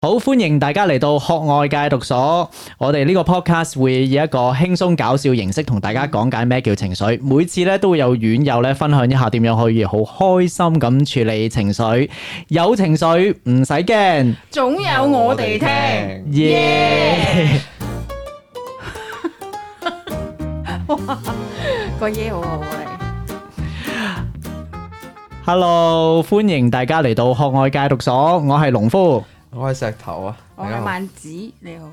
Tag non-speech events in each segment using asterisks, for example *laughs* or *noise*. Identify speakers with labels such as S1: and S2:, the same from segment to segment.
S1: 好，歡迎大家嚟到學外界讀所。我哋呢個 podcast 會以一個輕鬆搞笑形式同大家講解咩叫情緒。每次咧都會有院友咧分享一下點樣可以好開心咁處理情緒。有情緒唔使驚，
S2: 總有我哋聽。 *laughs*
S1: 耶！
S2: 個耶好好啊
S1: Hello，歡迎大家嚟到學外界讀所。我係農夫。
S3: 我係石頭啊！
S2: 你，我
S3: 大家
S2: 係
S3: 好
S2: 萬子，你好。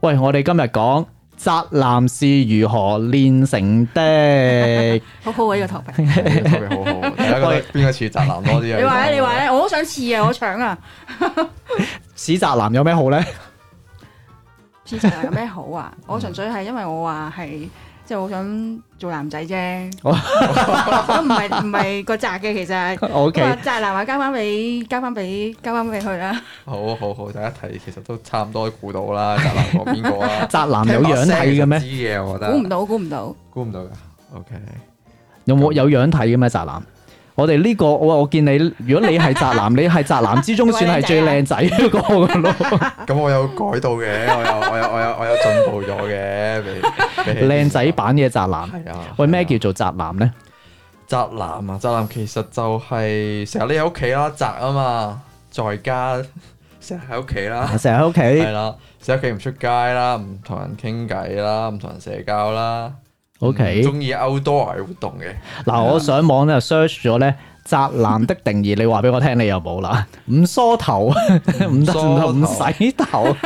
S1: 喂，我哋今日講宅男是如何練成
S3: *laughs*
S1: 的。
S2: 好好啊呢個 topic。
S3: 呢個 topic 好好啊，大家覺得邊個似宅男多啲啊？
S2: *laughs* 你話咧，你話
S3: 咧，
S2: 咧，我好想 *laughs* 似啊，我搶啊，
S1: 屎宅男有咩好呢？
S2: 似宅男有咩好啊？我純粹係因為我話係。即係好想做男仔啫，
S1: 哦
S2: *laughs* 我唔係唔係個宅嘅，其實
S1: 我 OK？
S2: 咁啊宅男話交翻俾交翻俾交翻俾佢啦，
S3: 好好好，大家睇其實都差唔多估到
S2: *laughs*
S3: 啦，宅男講邊個啦
S1: 宅男有樣睇嘅咩？
S3: 聽把聲就知嘅，我覺
S2: 估唔
S3: 得
S2: 到估唔到，
S3: 估唔到㗎。OK，
S1: 有冇有樣睇嘅咩宅男？我哋呢、個我我見你，如果你係宅
S3: *laughs*
S1: 男，你係宅男之中算係最靚仔嗰個㗎咯。
S3: 咁我有改到嘅，我有我有我有我有進步咗嘅，
S1: *laughs*
S3: 比比起
S1: 靚仔版嘅宅男。
S3: 啊係啊！
S1: 喂，咩
S3: 係
S1: 叫
S3: 啊
S1: 做宅男呢？
S3: 宅男啊？宅男其實就係成日匿喺屋企啦，宅啊嘛，在家成日喺屋企啦。
S1: 啊成日喺屋
S3: 係
S1: 企
S3: 啦，喺屋企唔出街啦，唔同人傾偈啦，唔同人社交啦。
S1: ，OK。
S3: 嗯中意 outdoor 嘅活動
S1: *laughs*
S3: 嘅，
S1: 嗱，我上網咧 search 咗咧宅男的定義，你話俾我聽，你有冇
S3: *laughs*
S1: 啦？ *laughs* 唔梳頭，唔得唔得，唔洗
S3: *laughs*
S1: 頭，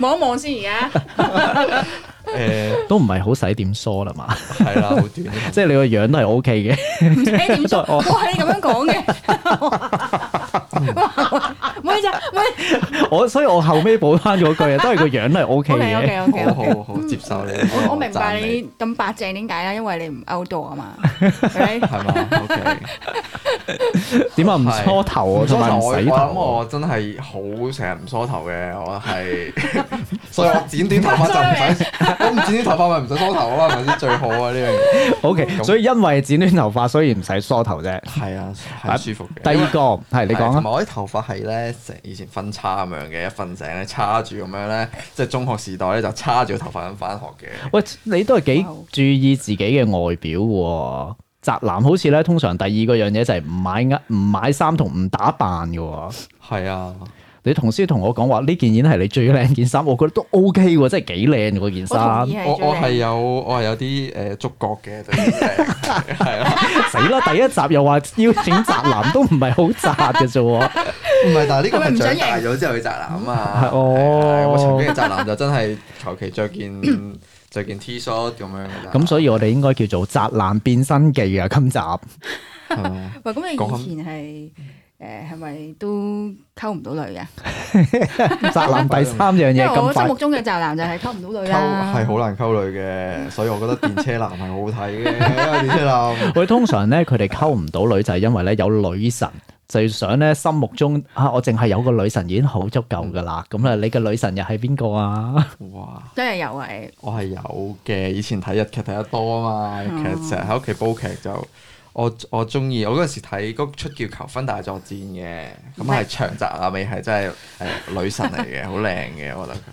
S2: 望一望先而家，
S3: 誒
S1: 都唔係好使點梳啦嘛。 *laughs*
S3: 係啦，好短嘅。
S1: 即係你個樣都係 OK 嘅。 *laughs*
S2: 唔知點做，
S1: 我
S2: 哇你咁樣講嘅，哇唔好意思啊，唔好意思
S1: 我所以我後尾補翻嗰句啊，都係個樣都係 OK
S2: ，OK
S1: 嘅。
S2: OK OK
S3: 好。好好接受你。
S2: 我我明白你咁白淨點解啦，因為你唔 outdoor 啊嘛，係咪
S3: 係嘛？OK。
S1: *laughs* 點解唔梳頭啊？
S3: 梳
S1: 同埋
S3: 頭
S1: 唔
S3: 我我
S1: 洗
S3: 諗
S1: 頭啊。
S3: 我真係好成日唔梳頭嘅，我係，
S1: *laughs*
S3: 所以我剪短頭髮就唔使，我唔剪短頭髮咪唔使梳頭啊，係咪先最好啊呢樣嘢？
S1: O K，
S3: 咁
S1: 所以因為剪短頭髮，所以唔使梳頭啫。
S3: 係啊，係舒服嘅。
S1: 第二個係你講
S3: 係同
S1: 啊，
S3: 埋我啲頭髮係咧，成以前分叉咁樣嘅，一瞓醒咧叉住咁樣咧，即係中學時代咧就叉住個頭髮咁翻學嘅。
S1: 喂，你都係幾注意自己嘅外表喎。宅男好似咧，通常第二個樣嘢就係唔買呃唔買衫同唔打扮嘅喎。
S3: 係啊，
S1: 你同事同我講話呢件已經係你最靚件衫，我覺得都 O K 喎，真係幾靚嗰件
S2: 我
S1: 衫
S2: 同意。係
S3: 我
S2: 最
S3: 我係
S2: 靚
S3: 有我係有啲誒觸覺嘅，對啲
S1: *laughs*
S3: 嘢係啊，
S1: 死啦！第一集又話邀請宅男都唔係好宅嘅啫
S2: *laughs*
S1: 喎。
S3: 唔係，但係呢個
S2: 係咪唔
S3: 係
S2: 想
S3: 長大咗之後嘅宅男啊嘛。
S1: 係哦
S3: 係啊我曾經嘅宅男就真係求其着件 *coughs* 着件 T 恤咁樣嘅。
S1: 咁所以我哋應該叫做宅男變身記啊！今集
S3: 係啊
S2: 喂，咁
S3: 講
S2: 你以前係誒係咪都溝唔到女嘅？
S1: 宅男第三樣
S2: 因
S1: 嘢
S2: 為
S1: 咁
S2: 我心
S1: 快
S2: 目。中嘅宅男就係溝唔到女
S3: 溝
S2: 啦。
S3: 係好難溝女嘅，所以我覺得電車男係好好睇嘅，因 *laughs* 為電車男
S1: 佢通常咧，佢哋溝唔到女就係因為咧有女神，就想咧心目中啊，我淨係有個女神已經好足夠噶啦。咁啊，你嘅女神又係邊個
S3: *laughs*
S1: 啊？
S3: 哇。
S2: 真係有啊！你
S3: 我係有嘅，以前睇日劇睇得多啊嘛，
S2: 嗯
S3: 日劇成日喺屋企煲劇就我我中意，我嗰陣時睇嗰出叫《求婚大作戰》嘅，咁係長澤雅美係真係誒女神嚟
S2: *laughs*
S3: 嘅，好靚嘅，我覺得佢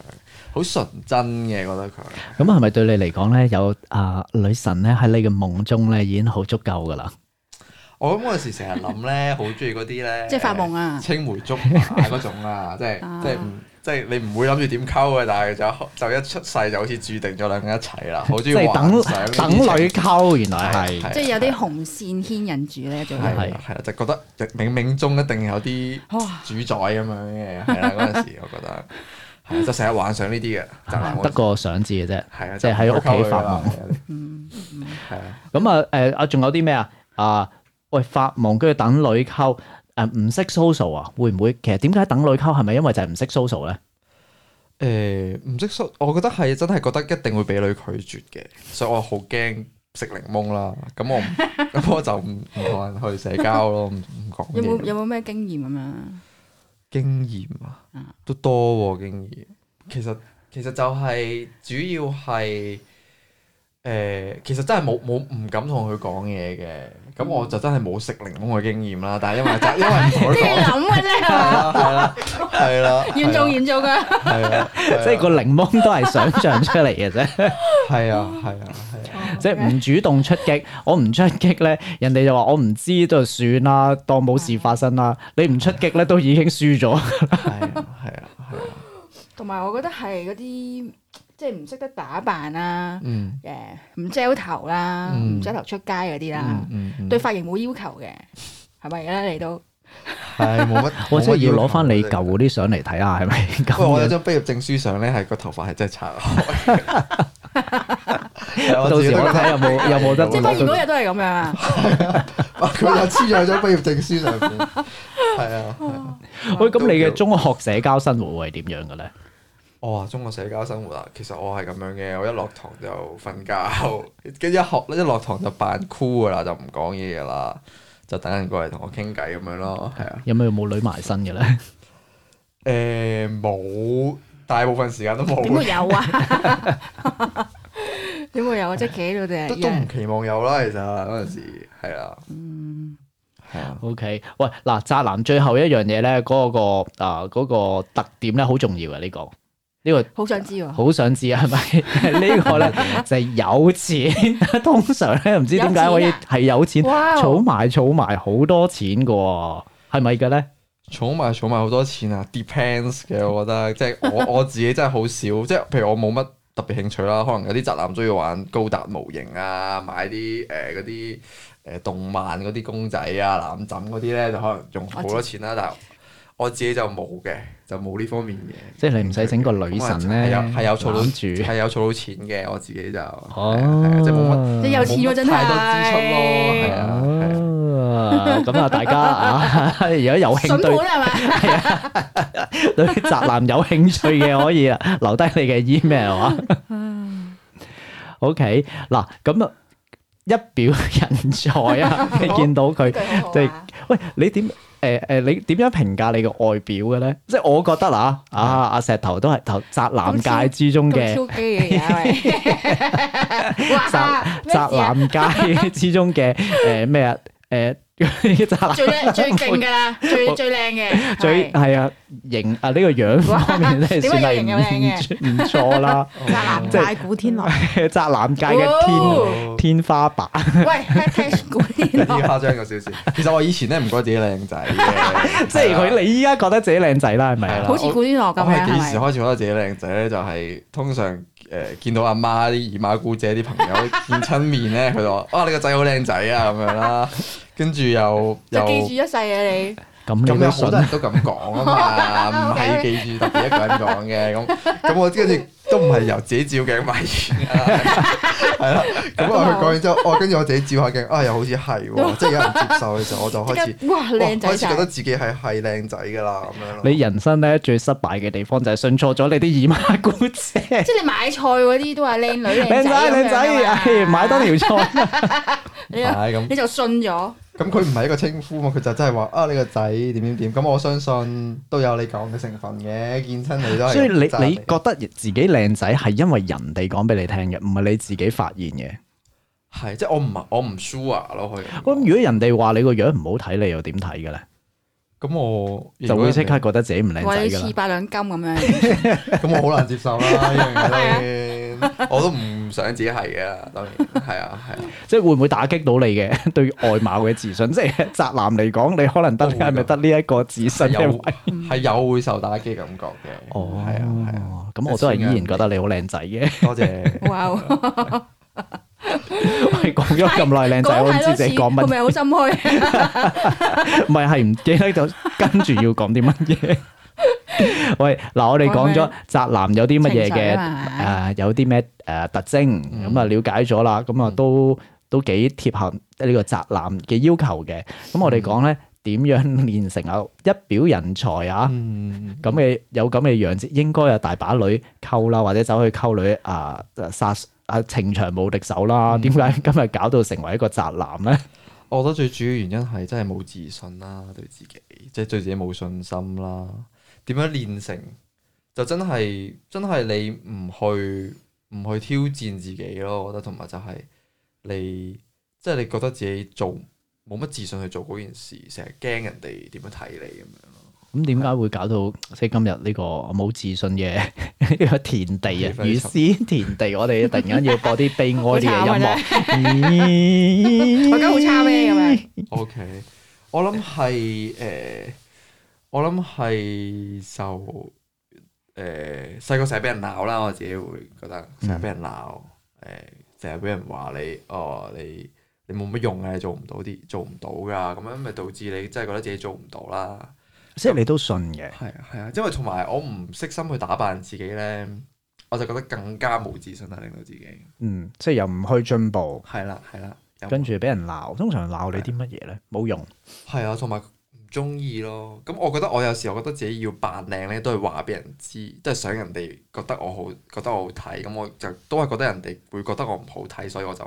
S3: 好純真嘅，覺得佢
S1: 咁係咪對你嚟講咧，有啊、女神咧喺你嘅夢中咧已經好足夠噶啦？
S3: 我諗嗰陣時成日諗咧，好中意嗰啲咧，
S2: 即係發夢啊
S3: 青梅竹馬嗰種
S2: *laughs*
S3: 啊，即係
S2: 啊
S3: 即係唔即係你唔會諗住點溝嘅，但係就就一出世就好似注定咗兩個人一齊啦，好中
S1: 即
S3: 意
S1: 係等
S3: 幻想呢啲
S1: 等
S3: 情
S1: 女溝，原來
S3: 係
S1: 係
S3: 係
S2: 即係有啲紅線牽引住咧，做
S3: 係啊
S1: 係
S3: 啦係啦，就覺得冥冥中一定有啲
S2: 哇
S3: 主宰咁樣嘅，係啦嗰陣時我覺
S1: *laughs*
S3: 得係啊就成日幻想呢啲嘅，宅男
S1: 啊得個想字嘅啫。
S3: 係啊，
S1: 即係喺屋企發夢
S3: 夢，
S2: 嗯，
S3: 係啊，
S1: 咁啊誒啊，仲有啲咩啊？啊喂，發夢跟住等女溝誒唔識 social 啊？會唔會其實點解等女溝係咪因為就係唔識 social 咧？
S3: 誒唔識縮，我覺得係真係覺得一定會俾女拒絕嘅，所以我好驚食檸檬啦，咁我唔咁我就唔唔同人去社交咯，唔唔講
S2: 有冇
S3: 嘢。
S2: 有冇咩經驗咁樣？
S3: 經驗啊
S2: 啊，
S3: 都多喎、經驗。其實其實就係主要係誒、其實真係冇冇唔敢同佢講嘢嘅。咁我
S2: 嗯
S3: 就真係冇食檸檬嘅經驗啦，但係因為 *laughs* 就因為唔同佢
S2: 你諗
S3: 講，
S2: 嘅啫，係嘛？ *laughs*
S3: 係啦係啦係啦，
S2: 嚴重嚴重㗎。
S3: 係
S2: *laughs*
S3: 啊，
S1: 即係個檸檬都係想像出嚟嘅啫，
S3: 係啊係啊係啊，
S1: 即係唔主動出擊。 *laughs* 我唔出擊咧，人哋就話我唔知就算啦，當冇事發生啦。你唔出擊咧，都已經輸咗。
S3: 係啊係啊係啊，
S2: 同埋我覺得係嗰啲即係唔識得打扮啦， *laughs*
S3: 嗯
S2: 誒唔 gel 頭啦，
S3: 嗯
S2: 唔 gel 頭出街嗰啲啦
S3: 嗯，嗯嗯
S2: 啊對髮型冇要求嘅，係咪而家你都
S3: 係
S1: *laughs*
S3: 冇乜，
S1: 我真係
S3: 冇乜
S1: 要
S3: 要
S1: 攞
S3: 求
S1: 翻你
S3: 啫
S1: 舊嗰啲相嚟睇下，係咪
S3: 喂，我有
S1: 咁樣？
S3: 張畢業證書相咧，係個頭髮係真係拆開。
S1: *laughs*
S3: 係啊
S1: 到
S3: 我自己
S1: 時
S3: 都
S1: 我
S3: 覺
S1: 睇有
S3: 得
S1: 冇有冇得
S2: 即係
S1: 攞
S2: 畢業
S1: 到
S2: 嗰日都係咁樣啊？
S3: 佢又黐咗喺張畢業證書上邊。係啊，係啊
S1: 喂，咁你嘅中學社交生活會係點樣嘅咧？
S3: 我話中國社交生活啊，其實我係咁樣嘅，我一落堂就瞓覺， *laughs* 跟住一學一落堂就扮 cool 噶啦，就唔講嘢噶啦，就等人過嚟同我傾偈咁樣咯，係啊。
S1: 有冇冇女埋身嘅 *laughs* 咧？
S3: 誒冇，大部分時間都冇
S2: 點會有
S1: *laughs*
S2: 啊？點會有啊？即係企喺度
S3: 都
S2: 哋
S3: 都唔期望有啦，其實嗰陣時係啊，係啊。
S1: O K，喂，嗱，宅男最後一樣嘢咧，嗰、個啊嗰、個特點咧，好重要嘅呢、個。呢個
S2: 好想知喎，
S1: 好想知啊係
S3: *laughs*
S1: 咪？呢個咧就係有錢，通常咧唔知點解可以
S2: 有錢啊
S1: 係有錢，
S2: 哇！
S3: 哦
S1: 儲埋儲埋好多錢嘅喎，係咪嘅咧？
S3: 儲埋儲埋好多錢啊，depends 嘅，我覺得即係我我自己真係好少，即係譬如我冇乜特別興趣啦，可能有啲宅男中意玩高達模型啊，買啲誒嗰啲誒動漫嗰啲公仔啊、攬枕嗰啲咧，就可能用好多錢啦，但係我自己就冇嘅，就冇呢方面嘅，
S1: 即係你唔使整個女神咧，
S3: 咁啊我係有係有儲到
S1: 攬住。
S3: 係啊有儲到錢嘅，我自己就係
S1: 哦
S3: 啊，係啊即係冇乜
S2: 你有錢喎，真係
S3: 冇乜太多支出咯係啊
S1: 啊咁啊，大家啊，如果有興
S2: 筍
S1: 對
S2: 盤係
S1: *laughs*
S2: 咪？
S1: 對宅男有興趣嘅，可以啊，留低你嘅 email 啊。OK，嗱咁啊，一表人才
S3: *laughs*
S1: 啊，你見到佢
S2: 呢，句好好
S1: 即係
S2: 啊！
S1: 喂，你點誒誒，你點樣評價你個外表嘅咧？即係我覺得啦，啊阿石頭都係頭宅男界之中
S2: 嗯咁
S1: 嘅
S2: 超基
S1: *laughs*
S2: 嘅嘢係咪？哇
S1: 宅！
S2: 咩事
S1: 宅
S2: 啊
S1: 男界
S2: *laughs*
S1: 之中嘅誒咩啊誒 *laughs* 宅男
S2: 最叻最勁㗎啦，最最靚
S1: *laughs*
S2: 嘅，
S1: 最
S2: 係
S1: 係啊型啊呢個樣方面真係算係唔
S2: 哇點解
S1: 唔唔錯
S2: *laughs*
S1: 啦，
S4: 宅
S3: 係啊
S4: 男
S1: 即係
S4: 大古天樂，
S1: 宅男界嘅天。
S2: 哦
S1: 天花板，
S2: 喂，hashtag 古天
S3: 有
S2: *laughs* 樂
S3: 啲誇張咗少少。其實我以前咧唔覺得自己靚
S2: *laughs*
S3: 仔嘅，
S1: 即係
S2: 啊
S1: 佢你依家覺得自己靚仔啦，係咪
S3: 係
S1: 啊
S3: 啦？
S2: 好似古天樂咁樣
S3: 我係幾
S2: 係
S3: 時
S2: 咪？
S3: 開始覺得自己靚仔咧？就係、通常誒、呃、見到阿媽啲姨媽姑姐啲朋友見親面咧，佢就話： *laughs* 哇，你個仔好靚仔啊！咁樣啦，跟住又又
S2: 就記住
S3: 咁
S2: 一世嘅你，
S1: 咁你
S3: 有
S1: 都
S3: 好
S1: 信
S3: 多？人都咁講啊
S2: *laughs*
S3: 嘛，唔係
S2: Okay
S3: 記住特別一個人講嘅咁。咁我跟住都唔係由自己照鏡買
S2: *laughs*
S3: 嘅，係啦。咁我佢講完之後，我跟住我自己照下鏡，啊又好似係喎，即係有人接受嘅時候，我就開
S2: 即
S3: 始
S2: 刻哇靚
S3: 哇
S2: 仔
S3: 開始覺得
S2: 晒！
S3: 自己係係靚仔㗎啦咁樣咯。
S1: 你人生咧最失敗嘅地方就係信錯咗你啲姨媽姑姐。
S2: 即係你買菜嗰啲都話靚女
S1: 靚
S2: 靚
S1: 仔
S2: 仔
S1: 靚仔，唉
S2: 買
S1: 買多條 *laughs* 菜。
S2: 你就
S3: 係咁。
S2: 你就信咗，
S3: 咁佢唔係一個稱呼嘛，佢就真係話啊你個仔點點點，咁我相信都有你講嘅成分嘅，見親你都係。
S1: 所以你你覺得自己靚仔係因為人哋講俾你聽嘅，唔係你自己發現嘅。
S3: 係即係我唔我唔 sure 啊咯，可以
S1: 咁如果人哋話你個樣唔好睇，你又點睇嘅咧？
S3: 咁我
S1: 就會即刻覺得自己唔靚
S2: 話
S1: 仔
S2: 你
S1: 㗎
S2: 似
S1: 啦。
S2: 八兩金咁樣，
S3: *laughs* 咁我好難接受啦，
S1: *laughs*
S3: 呢樣嘢我都唔想自己係嘅，當然係啊係啊，
S1: 即係會唔會打擊到你嘅 *laughs* 對外貌嘅自信？即係宅男嚟講，你可能得
S3: 都會㗎
S1: 係咪得呢一個自信
S3: 係
S1: *laughs* 嘅
S3: 有
S1: 位？
S3: 係有會受打擊感覺嘅，
S1: 哦，
S3: 係啊係啊，
S1: 咁我都係依然覺得你好靚仔 *laughs* 嘅。
S3: 多謝。
S2: 哇！
S1: 喂，講咗咁耐靚仔，我唔
S2: 講
S1: 知
S2: 太
S1: 自
S2: 多次，
S1: 己講乜
S2: 佢咪好心虛？
S1: 唔係係唔記得就跟住要講啲乜
S2: *laughs*
S1: 嘢。喂，嗱，我哋講咗宅男有啲乜嘢
S2: 情緒
S1: 嘅
S2: 啊嘛
S1: 誒，有啲咩誒特徵咁啊，了解咗啦，咁啊都都幾貼合呢個宅男嘅要求嘅。咁我哋講咧點樣練成啊一表人才啊？
S3: 嗯，
S1: 咁嘅有咁嘅樣子，應該有大把女溝啦，或者走去溝女啊殺啊情場無敵手啦。點解今日搞到成為一個宅男咧？
S3: 我覺得最主要原因係真係冇自信啦，對自己，即係對自己冇信心啦。點樣練成？就真係真係你唔去唔去挑戰自己咯。我覺得同埋就係你即係你覺得自己做冇乜自信去做嗰件事，成日驚人哋點樣睇你咁樣咯。
S1: 咁點解會搞到即係今日呢個冇自信嘅呢 *laughs* 個田地啊
S3: 氣，氛
S1: 雨絲田地，我哋突然間要播 *laughs* 啲悲哀啲嘅音樂。咦
S2: 我而家好差咩咁樣？
S3: O、k 我諗係誒，我諗係就誒細個成日俾人鬧啦，我自己會覺得成日俾人鬧，誒成日俾人話你哦，你你冇乜用嘅，你做唔到啲做唔到㗎，咁樣咪導致你真係覺得自己做唔到啦。
S1: 即係你都信嘅，
S3: 係啊係啊，因為同埋我唔悉心去打扮自己咧，我就覺得更加冇自信啦，令到自己
S1: 嗯，即係又唔去進步，
S3: 係啦係啦，有
S1: 跟住俾人鬧，通常鬧你啲乜嘢咧？冇用，
S3: 係啊，同埋唔中意咯。咁我覺得我有時我覺得自己要扮靚咧，都係話俾人知，都係想人哋覺得我好，覺得我好睇。咁我就都係覺得人哋會覺得我唔好睇，所以我就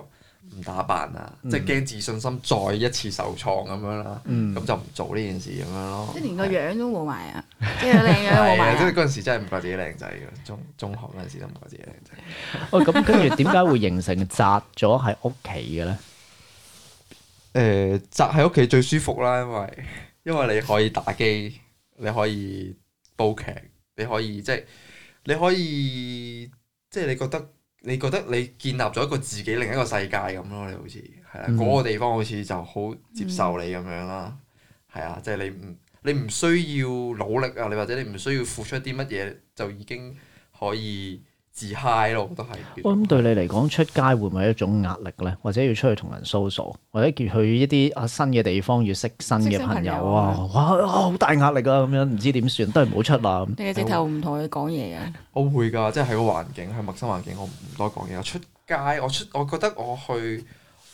S3: 唔打扮啦，即係驚自信心再一次受創咁樣啦。咁、
S1: 嗯
S3: 就唔做呢件事咁樣咯。
S2: 即係連個樣都冇埋啊，即係靚樣都冇
S3: 係
S2: 埋
S3: 啊，即係
S2: 啊。
S3: 嗰陣時真係唔覺得自己靚仔嘅，中中學嗰陣時都唔覺得自己靚仔。
S1: 哦，咁跟住點解會形成宅咗喺屋企嘅咧？
S3: 誒呃宅喺屋企最舒服啦，因為因為你可以打機，你可以煲劇，你可以即係你可以即係你覺得你覺得你建立咗一個自己另一個世界咁咯，你好似係啦，啊
S1: 嗯
S3: 嗰、個地方好似就好接受你咁樣啦，係啊、即係你唔你唔需要努力啊，你或者你唔需要付出啲乜嘢就已經可以自嗨咯，我覺得係叫做。
S1: 我諗對你嚟講，出街會唔會係一種壓力咧？或者要出去同人 social，或者叫去一啲啊新嘅地方要識新嘅朋友啊
S2: 識新？
S1: 哇，啊好大壓力啊！咁樣唔知點算，都係唔好出啦。
S2: 你係直頭唔同佢講嘢啊！
S3: 我會㗎，即係喺個環境，喺陌生環境，我唔多講嘢。我出街，我出，我覺得我去，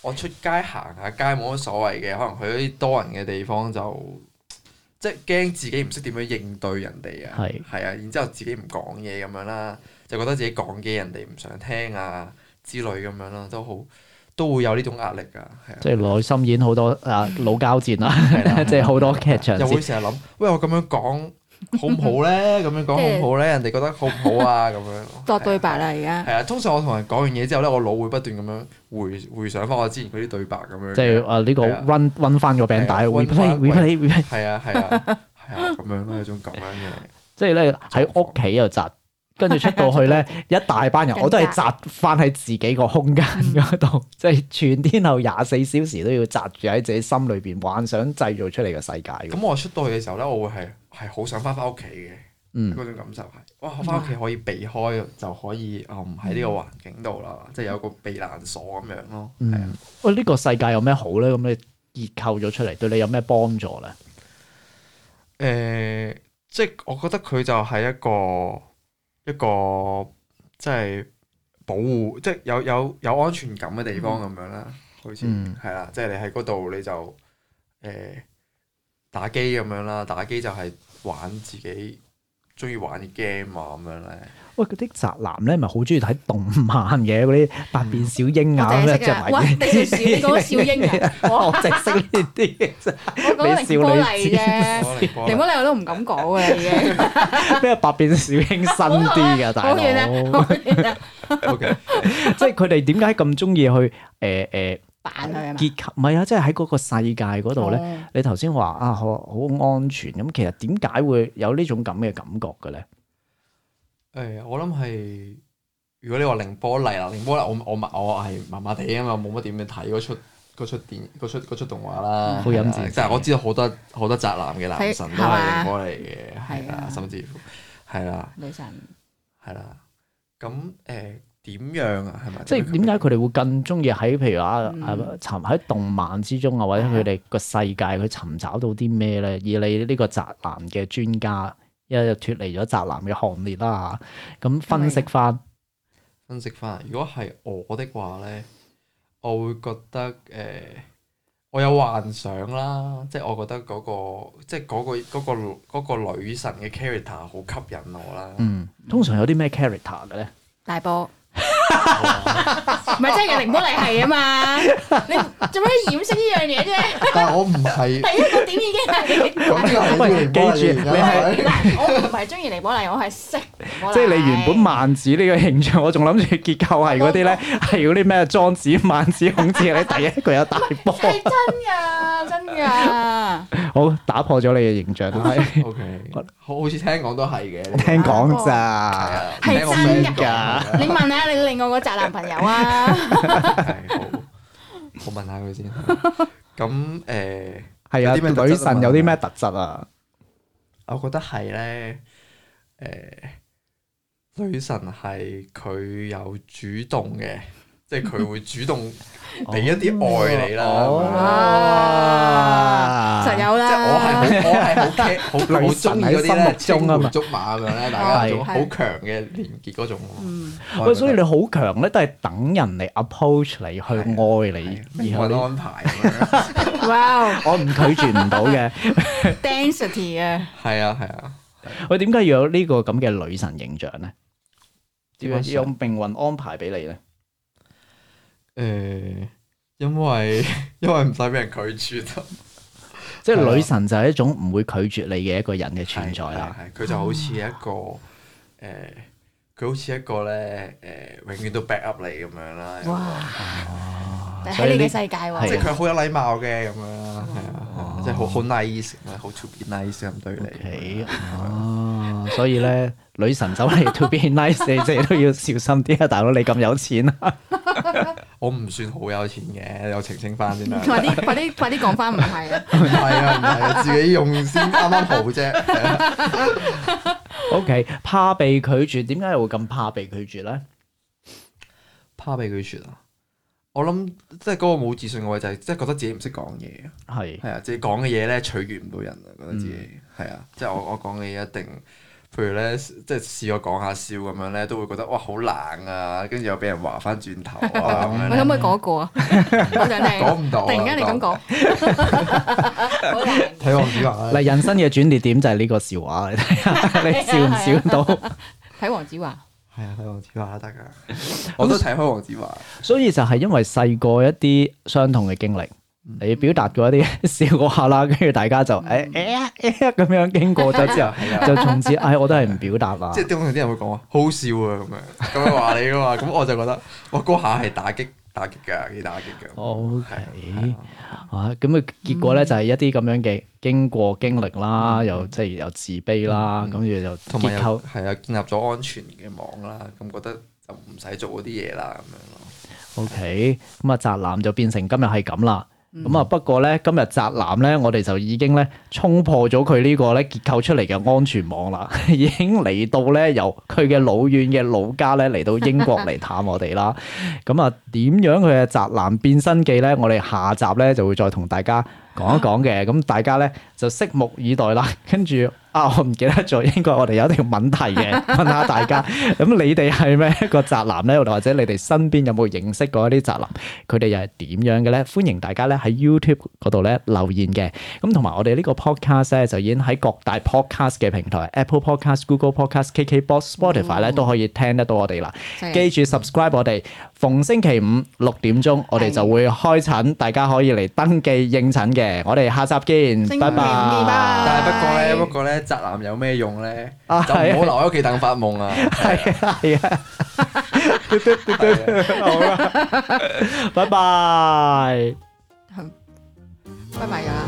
S3: 我出街行下街冇乜所謂嘅，可能去啲多人嘅地方就，即係驚自己唔識點樣應對人哋啊，
S1: 係
S3: 係啊，然之後自己唔講嘢咁樣啦，就覺得自己講嘅人哋唔想聽啊之類咁樣啦，都好都會有呢種壓力㗎，係啊。
S1: 即係內心演好多 *laughs* 啊老交戰啦，*laughs*
S3: 啦
S1: 即係好多劇場
S3: 又會
S1: 戰。
S3: 成日諗，喂，我咁樣講好唔好咧？咁樣講好唔好咧？人哋覺得好唔好啊？咁
S2: *laughs*
S3: 樣
S2: 作對白啦，而家
S3: *laughs* 係啊，通常我同人講完嘢之後咧，我腦會不斷咁樣回回想翻我之前嗰啲對白咁樣嘅。
S1: 即係啊呢個
S3: 係啊
S1: run run 翻個餅
S3: 係啊
S1: 帶
S3: ，run
S1: ，replay
S3: 返
S1: replay replay，
S3: 係啊係啊係啊咁樣咯，有種咁樣嘅。
S1: 即係咧喺屋企又窒，跟住出到去
S2: *laughs*
S1: 咧一大班人，我都係窒翻喺自己個空間嗰度，
S2: 嗯
S1: *laughs* 即係全天候廿四小時都要窒住喺自己心裏邊幻想製造出嚟嘅世界咁
S3: 咁我出到去嘅時候咧，我會係係好想翻翻屋企嘅。
S1: 嗯
S3: 嗰種感受係，哇！我翻屋企可以避開，就可以啊唔喺呢個環境度啦，即係有個避難所咁樣咯。係啊
S1: 嗯，喂，呢個世界有咩好咧？咁你結構咗出嚟，對你有咩幫助咧？
S3: 誒、呃即係我覺得佢就係一個一個即係保護，即係有有有安全感嘅地方咁樣啦，好似
S1: 嗯
S3: 係啦，即係你喺嗰度你就誒、打機咁樣啦，打機就係玩自己中意玩嘅 game 啊咁樣咧，
S1: 喂，嗰啲宅男咧，咪好中意睇動漫嘅嗰啲百變小櫻
S2: 我
S1: 啊，咁
S2: 淨係
S1: 樣
S2: 識
S1: 着
S2: 啊！
S1: 埋
S2: 喂，你小小你講小英啊，
S1: *laughs* 我淨識呢啲嘅啫，
S2: 我講
S1: 你
S2: 凌
S1: 少
S2: 波麗
S1: 女
S2: 啫。
S3: 我嚟幫
S2: 你
S3: 你
S2: 唔好理我都唔敢講嘅，已經
S1: 咩百變小櫻新啲
S2: *laughs*
S1: 嘅大
S2: 好遠啊，
S1: 佬
S2: 好。遠啊，
S3: ，OK，
S1: 即係佢哋點解咁中意去誒誒
S2: 扮佢啊嘛，哦
S1: 結構？唔係啊，即係喺嗰個世界嗰度咧。
S2: 咧，
S1: 你頭先話啊，好好安全咁，其實點解會有呢種咁嘅感覺嘅咧？
S3: 誒、我諗係，如果你話凌波麗啦，凌波麗我我麻我係麻麻地啊嘛，冇乜點樣睇嗰出嗰出電嗰出嗰出動畫
S1: 嗯
S3: 啦。
S1: 好飲
S3: 係啦
S1: 自
S3: 但係我知道好多好多宅男嘅男神
S2: 係
S3: 都係
S2: 嘛
S3: 凌波麗嘅，係
S2: 係啊
S3: 啦，甚至乎係啦
S2: 女神。
S3: 係啦。咁誒點樣啊？係咪？
S1: 即係點解佢哋會更中意喺譬如啊
S2: 嗯
S1: 啊尋喺動漫之中啊，或者佢哋個世界佢尋找到啲咩咧？以你呢個宅男嘅專家，因為脱離咗宅男嘅行列啦嚇，咁分析翻
S3: 分析翻？如果係我的話咧，我會覺得誒、呃我有幻想啦，即係我覺得嗰、個即係嗰、個嗰、個嗰個女神嘅 character 好吸引我啦。
S1: 嗯，通常有啲咩 character 嘅咧？
S2: 大波，唔係真係你唔好嚟係啊嘛！你做咩掩飾呢樣嘢啫？
S3: *laughs* 但係我唔係
S2: 第一個點已經係
S3: 咁呢個係要
S1: 喂
S3: 嚟幫
S1: 記住
S3: 你
S1: 你係
S3: 㗎。
S2: 嗱，我唔係中意尼寶麗，我係識尼寶麗。
S1: 即係你原本孟子呢個形象，我仲諗住結構係嗰啲
S3: *laughs*
S1: 咧，係嗰啲咩莊子、孟子、孔子，你第一個有大
S3: *laughs*
S1: 波，
S2: 係真㗎，真㗎。
S1: 好打破咗你嘅形
S3: *laughs*
S1: 象，係
S3: O K，好好似聽講都係嘅。
S1: 聽講咋。
S2: 係
S3: 聽我
S2: 真
S3: friend
S2: 㗎
S3: 講
S2: 你問下你另外嗰扎男朋友啊？
S3: 係好，我問下佢先。咁誒，
S1: 係啊，
S3: 有啲咩特質啊
S1: 女神有啲咩特質啊？
S3: 我覺得係咧，誒，女神係佢有主動嘅，即係佢會主動俾一啲愛你啦。咁樣
S1: 哦
S2: 實有
S3: 即係我係好
S2: 啦。
S3: 我係好
S1: *laughs*
S3: care 好好中意嗰
S1: 女
S3: 啲咧
S1: 神喺
S3: 青
S1: 心目中啊嘛
S3: 梅竹馬咁樣咧，大家有種
S2: 係
S3: 好強嘅連結嗰種。
S2: 嗯，
S1: 喂，所以你好強咧，都係等人嚟 approach 你
S3: 係
S1: 去愛你，
S3: 命
S1: 然後
S3: 運
S1: 你
S3: 安排咁
S1: *laughs*
S3: 樣。
S2: 哇
S1: 我唔拒絕唔到嘅。 *laughs*
S2: ，density 啊，
S3: 係啊係啊，
S1: 喂，點解要有呢個咁嘅女神形象咧？
S3: 點
S1: 要
S3: 樣
S1: 有命運安排俾你咧？
S3: 誒，因為 *laughs* 因為唔使俾人拒絕咯。啊
S1: 即係
S3: 係啊
S1: 女神就係一種唔會拒絕你嘅一個人嘅存在
S3: 係
S1: 啦。
S3: 係佢就好似一個誒，佢好似一個咧誒，永遠都 back up 你咁樣啦。
S2: 哇！但
S1: 所以
S2: 喺你
S1: 呢
S2: 嘅世界
S1: 係
S3: 即係
S2: 喎，
S3: 佢好有禮貌嘅咁樣啦，係啊，即係好好 nice，咁啊樣好 to be nice 咁對你。
S1: OK，哦，所以咧，女神走嚟 *laughs* to be nice，你自己都要小心啲啊，大佬你咁有錢 *laughs* 啊！
S3: 我唔算好有錢嘅，又澄清翻先
S2: *laughs*
S3: 啦。
S2: 快
S3: *laughs*
S2: 啲快啲快啲講翻唔係啊！
S3: 唔係啊，唔係啊，自己用先啱啱好啫。係啊
S1: OK，怕被拒絕，點解會咁怕被拒絕咧？
S3: 怕被拒絕啊！我諗即係嗰個冇自信嘅位就係即係覺得自己唔識講嘢啊，
S1: 係
S3: 係啊，自己講嘅嘢咧取悦唔到人啊，覺得自己係啊，即係我我講嘅嘢一定，譬如咧即係試過講下笑咁樣咧，都會覺得哇好冷啊，跟住又俾人話翻轉頭 *laughs* 啊咁樣
S2: 我可
S3: 咧
S2: 唔，可以講一個啊？我想聽。
S3: 講唔到啊。
S2: 突然間你咁
S3: 講，
S2: 講， *laughs* 好難。
S3: 睇黃子華啦
S1: 嗱，人生嘅轉捩點就係呢個笑 *laughs* 話，你睇下你笑唔笑到？
S2: 睇黃子華，
S3: 係啊，睇黃子華啦得㗎，我都睇開黃子華。
S1: 所以就係因為細個一啲相同嘅經歷，你表達過一啲 *laughs* 笑話啦，跟住大家就誒誒誒咁樣經過咗之後，就從此唉我都係唔表達啊啦
S3: 即。係通常啲人會講話好好笑啊咁樣， *laughs* 咁樣話你噶嘛，咁我就覺得我嗰下係打擊打擊㗎，幾打擊㗎。
S1: O
S3: 係
S1: K，
S3: 啊
S1: 啊咁啊，結果咧
S3: 嗯
S1: 就係一啲咁樣嘅經過經歷啦，又即係又自卑啦，咁住又
S3: 嗯同埋
S1: 結
S3: 又
S1: 構。
S3: 係啊，建立咗安全嘅網啦，咁覺得就唔使做嗰啲嘢啦咁樣咯。
S1: O K，咁啊宅男就變成今日係咁啦。
S3: 嗯
S1: 咁啊不過咧，今日宅男咧，我哋就已經咧衝破咗佢呢個咧結構出嚟嘅安全網啦， *laughs* 已經嚟到咧由佢嘅老遠嘅老家咧嚟到英國嚟探我哋啦。咁啊點樣佢嘅宅男變身記咧？我哋下集咧就會再同大家講一講嘅。咁大家咧就拭目以待啦。 *laughs* 跟住啊，我唔記得咗，應該我哋有一條問題嘅，問下大家。咁你哋係咩一個宅男咧？或者你哋身邊有冇認識過一啲宅男？佢哋又係點樣嘅咧？歡迎大家咧喺 YouTube 嗰度咧留言嘅。咁同埋我哋呢個 podcast 咧就已經喺各大 podcast 嘅平台，Apple Podcast、Google Podcast、KKBox、Spotify 咧都可以聽得到我哋啦。
S2: 真係
S1: 記住 subscribe 我哋，逢星期五六點鐘我哋就會開診，大家可以嚟登記應診嘅。我哋下集見，
S2: 星期五
S1: 拜
S2: 見拜拜
S1: 拜。
S3: 但係不過咧，不過咧，宅男有咩用咧？就
S1: 啊
S3: 唔
S1: 係
S3: 好
S1: 啊
S3: 留喺屋企等發夢啊！
S1: 係啊係 *laughs* 啊， *laughs* 好啦，拜拜。
S2: 拜拜㗎啦。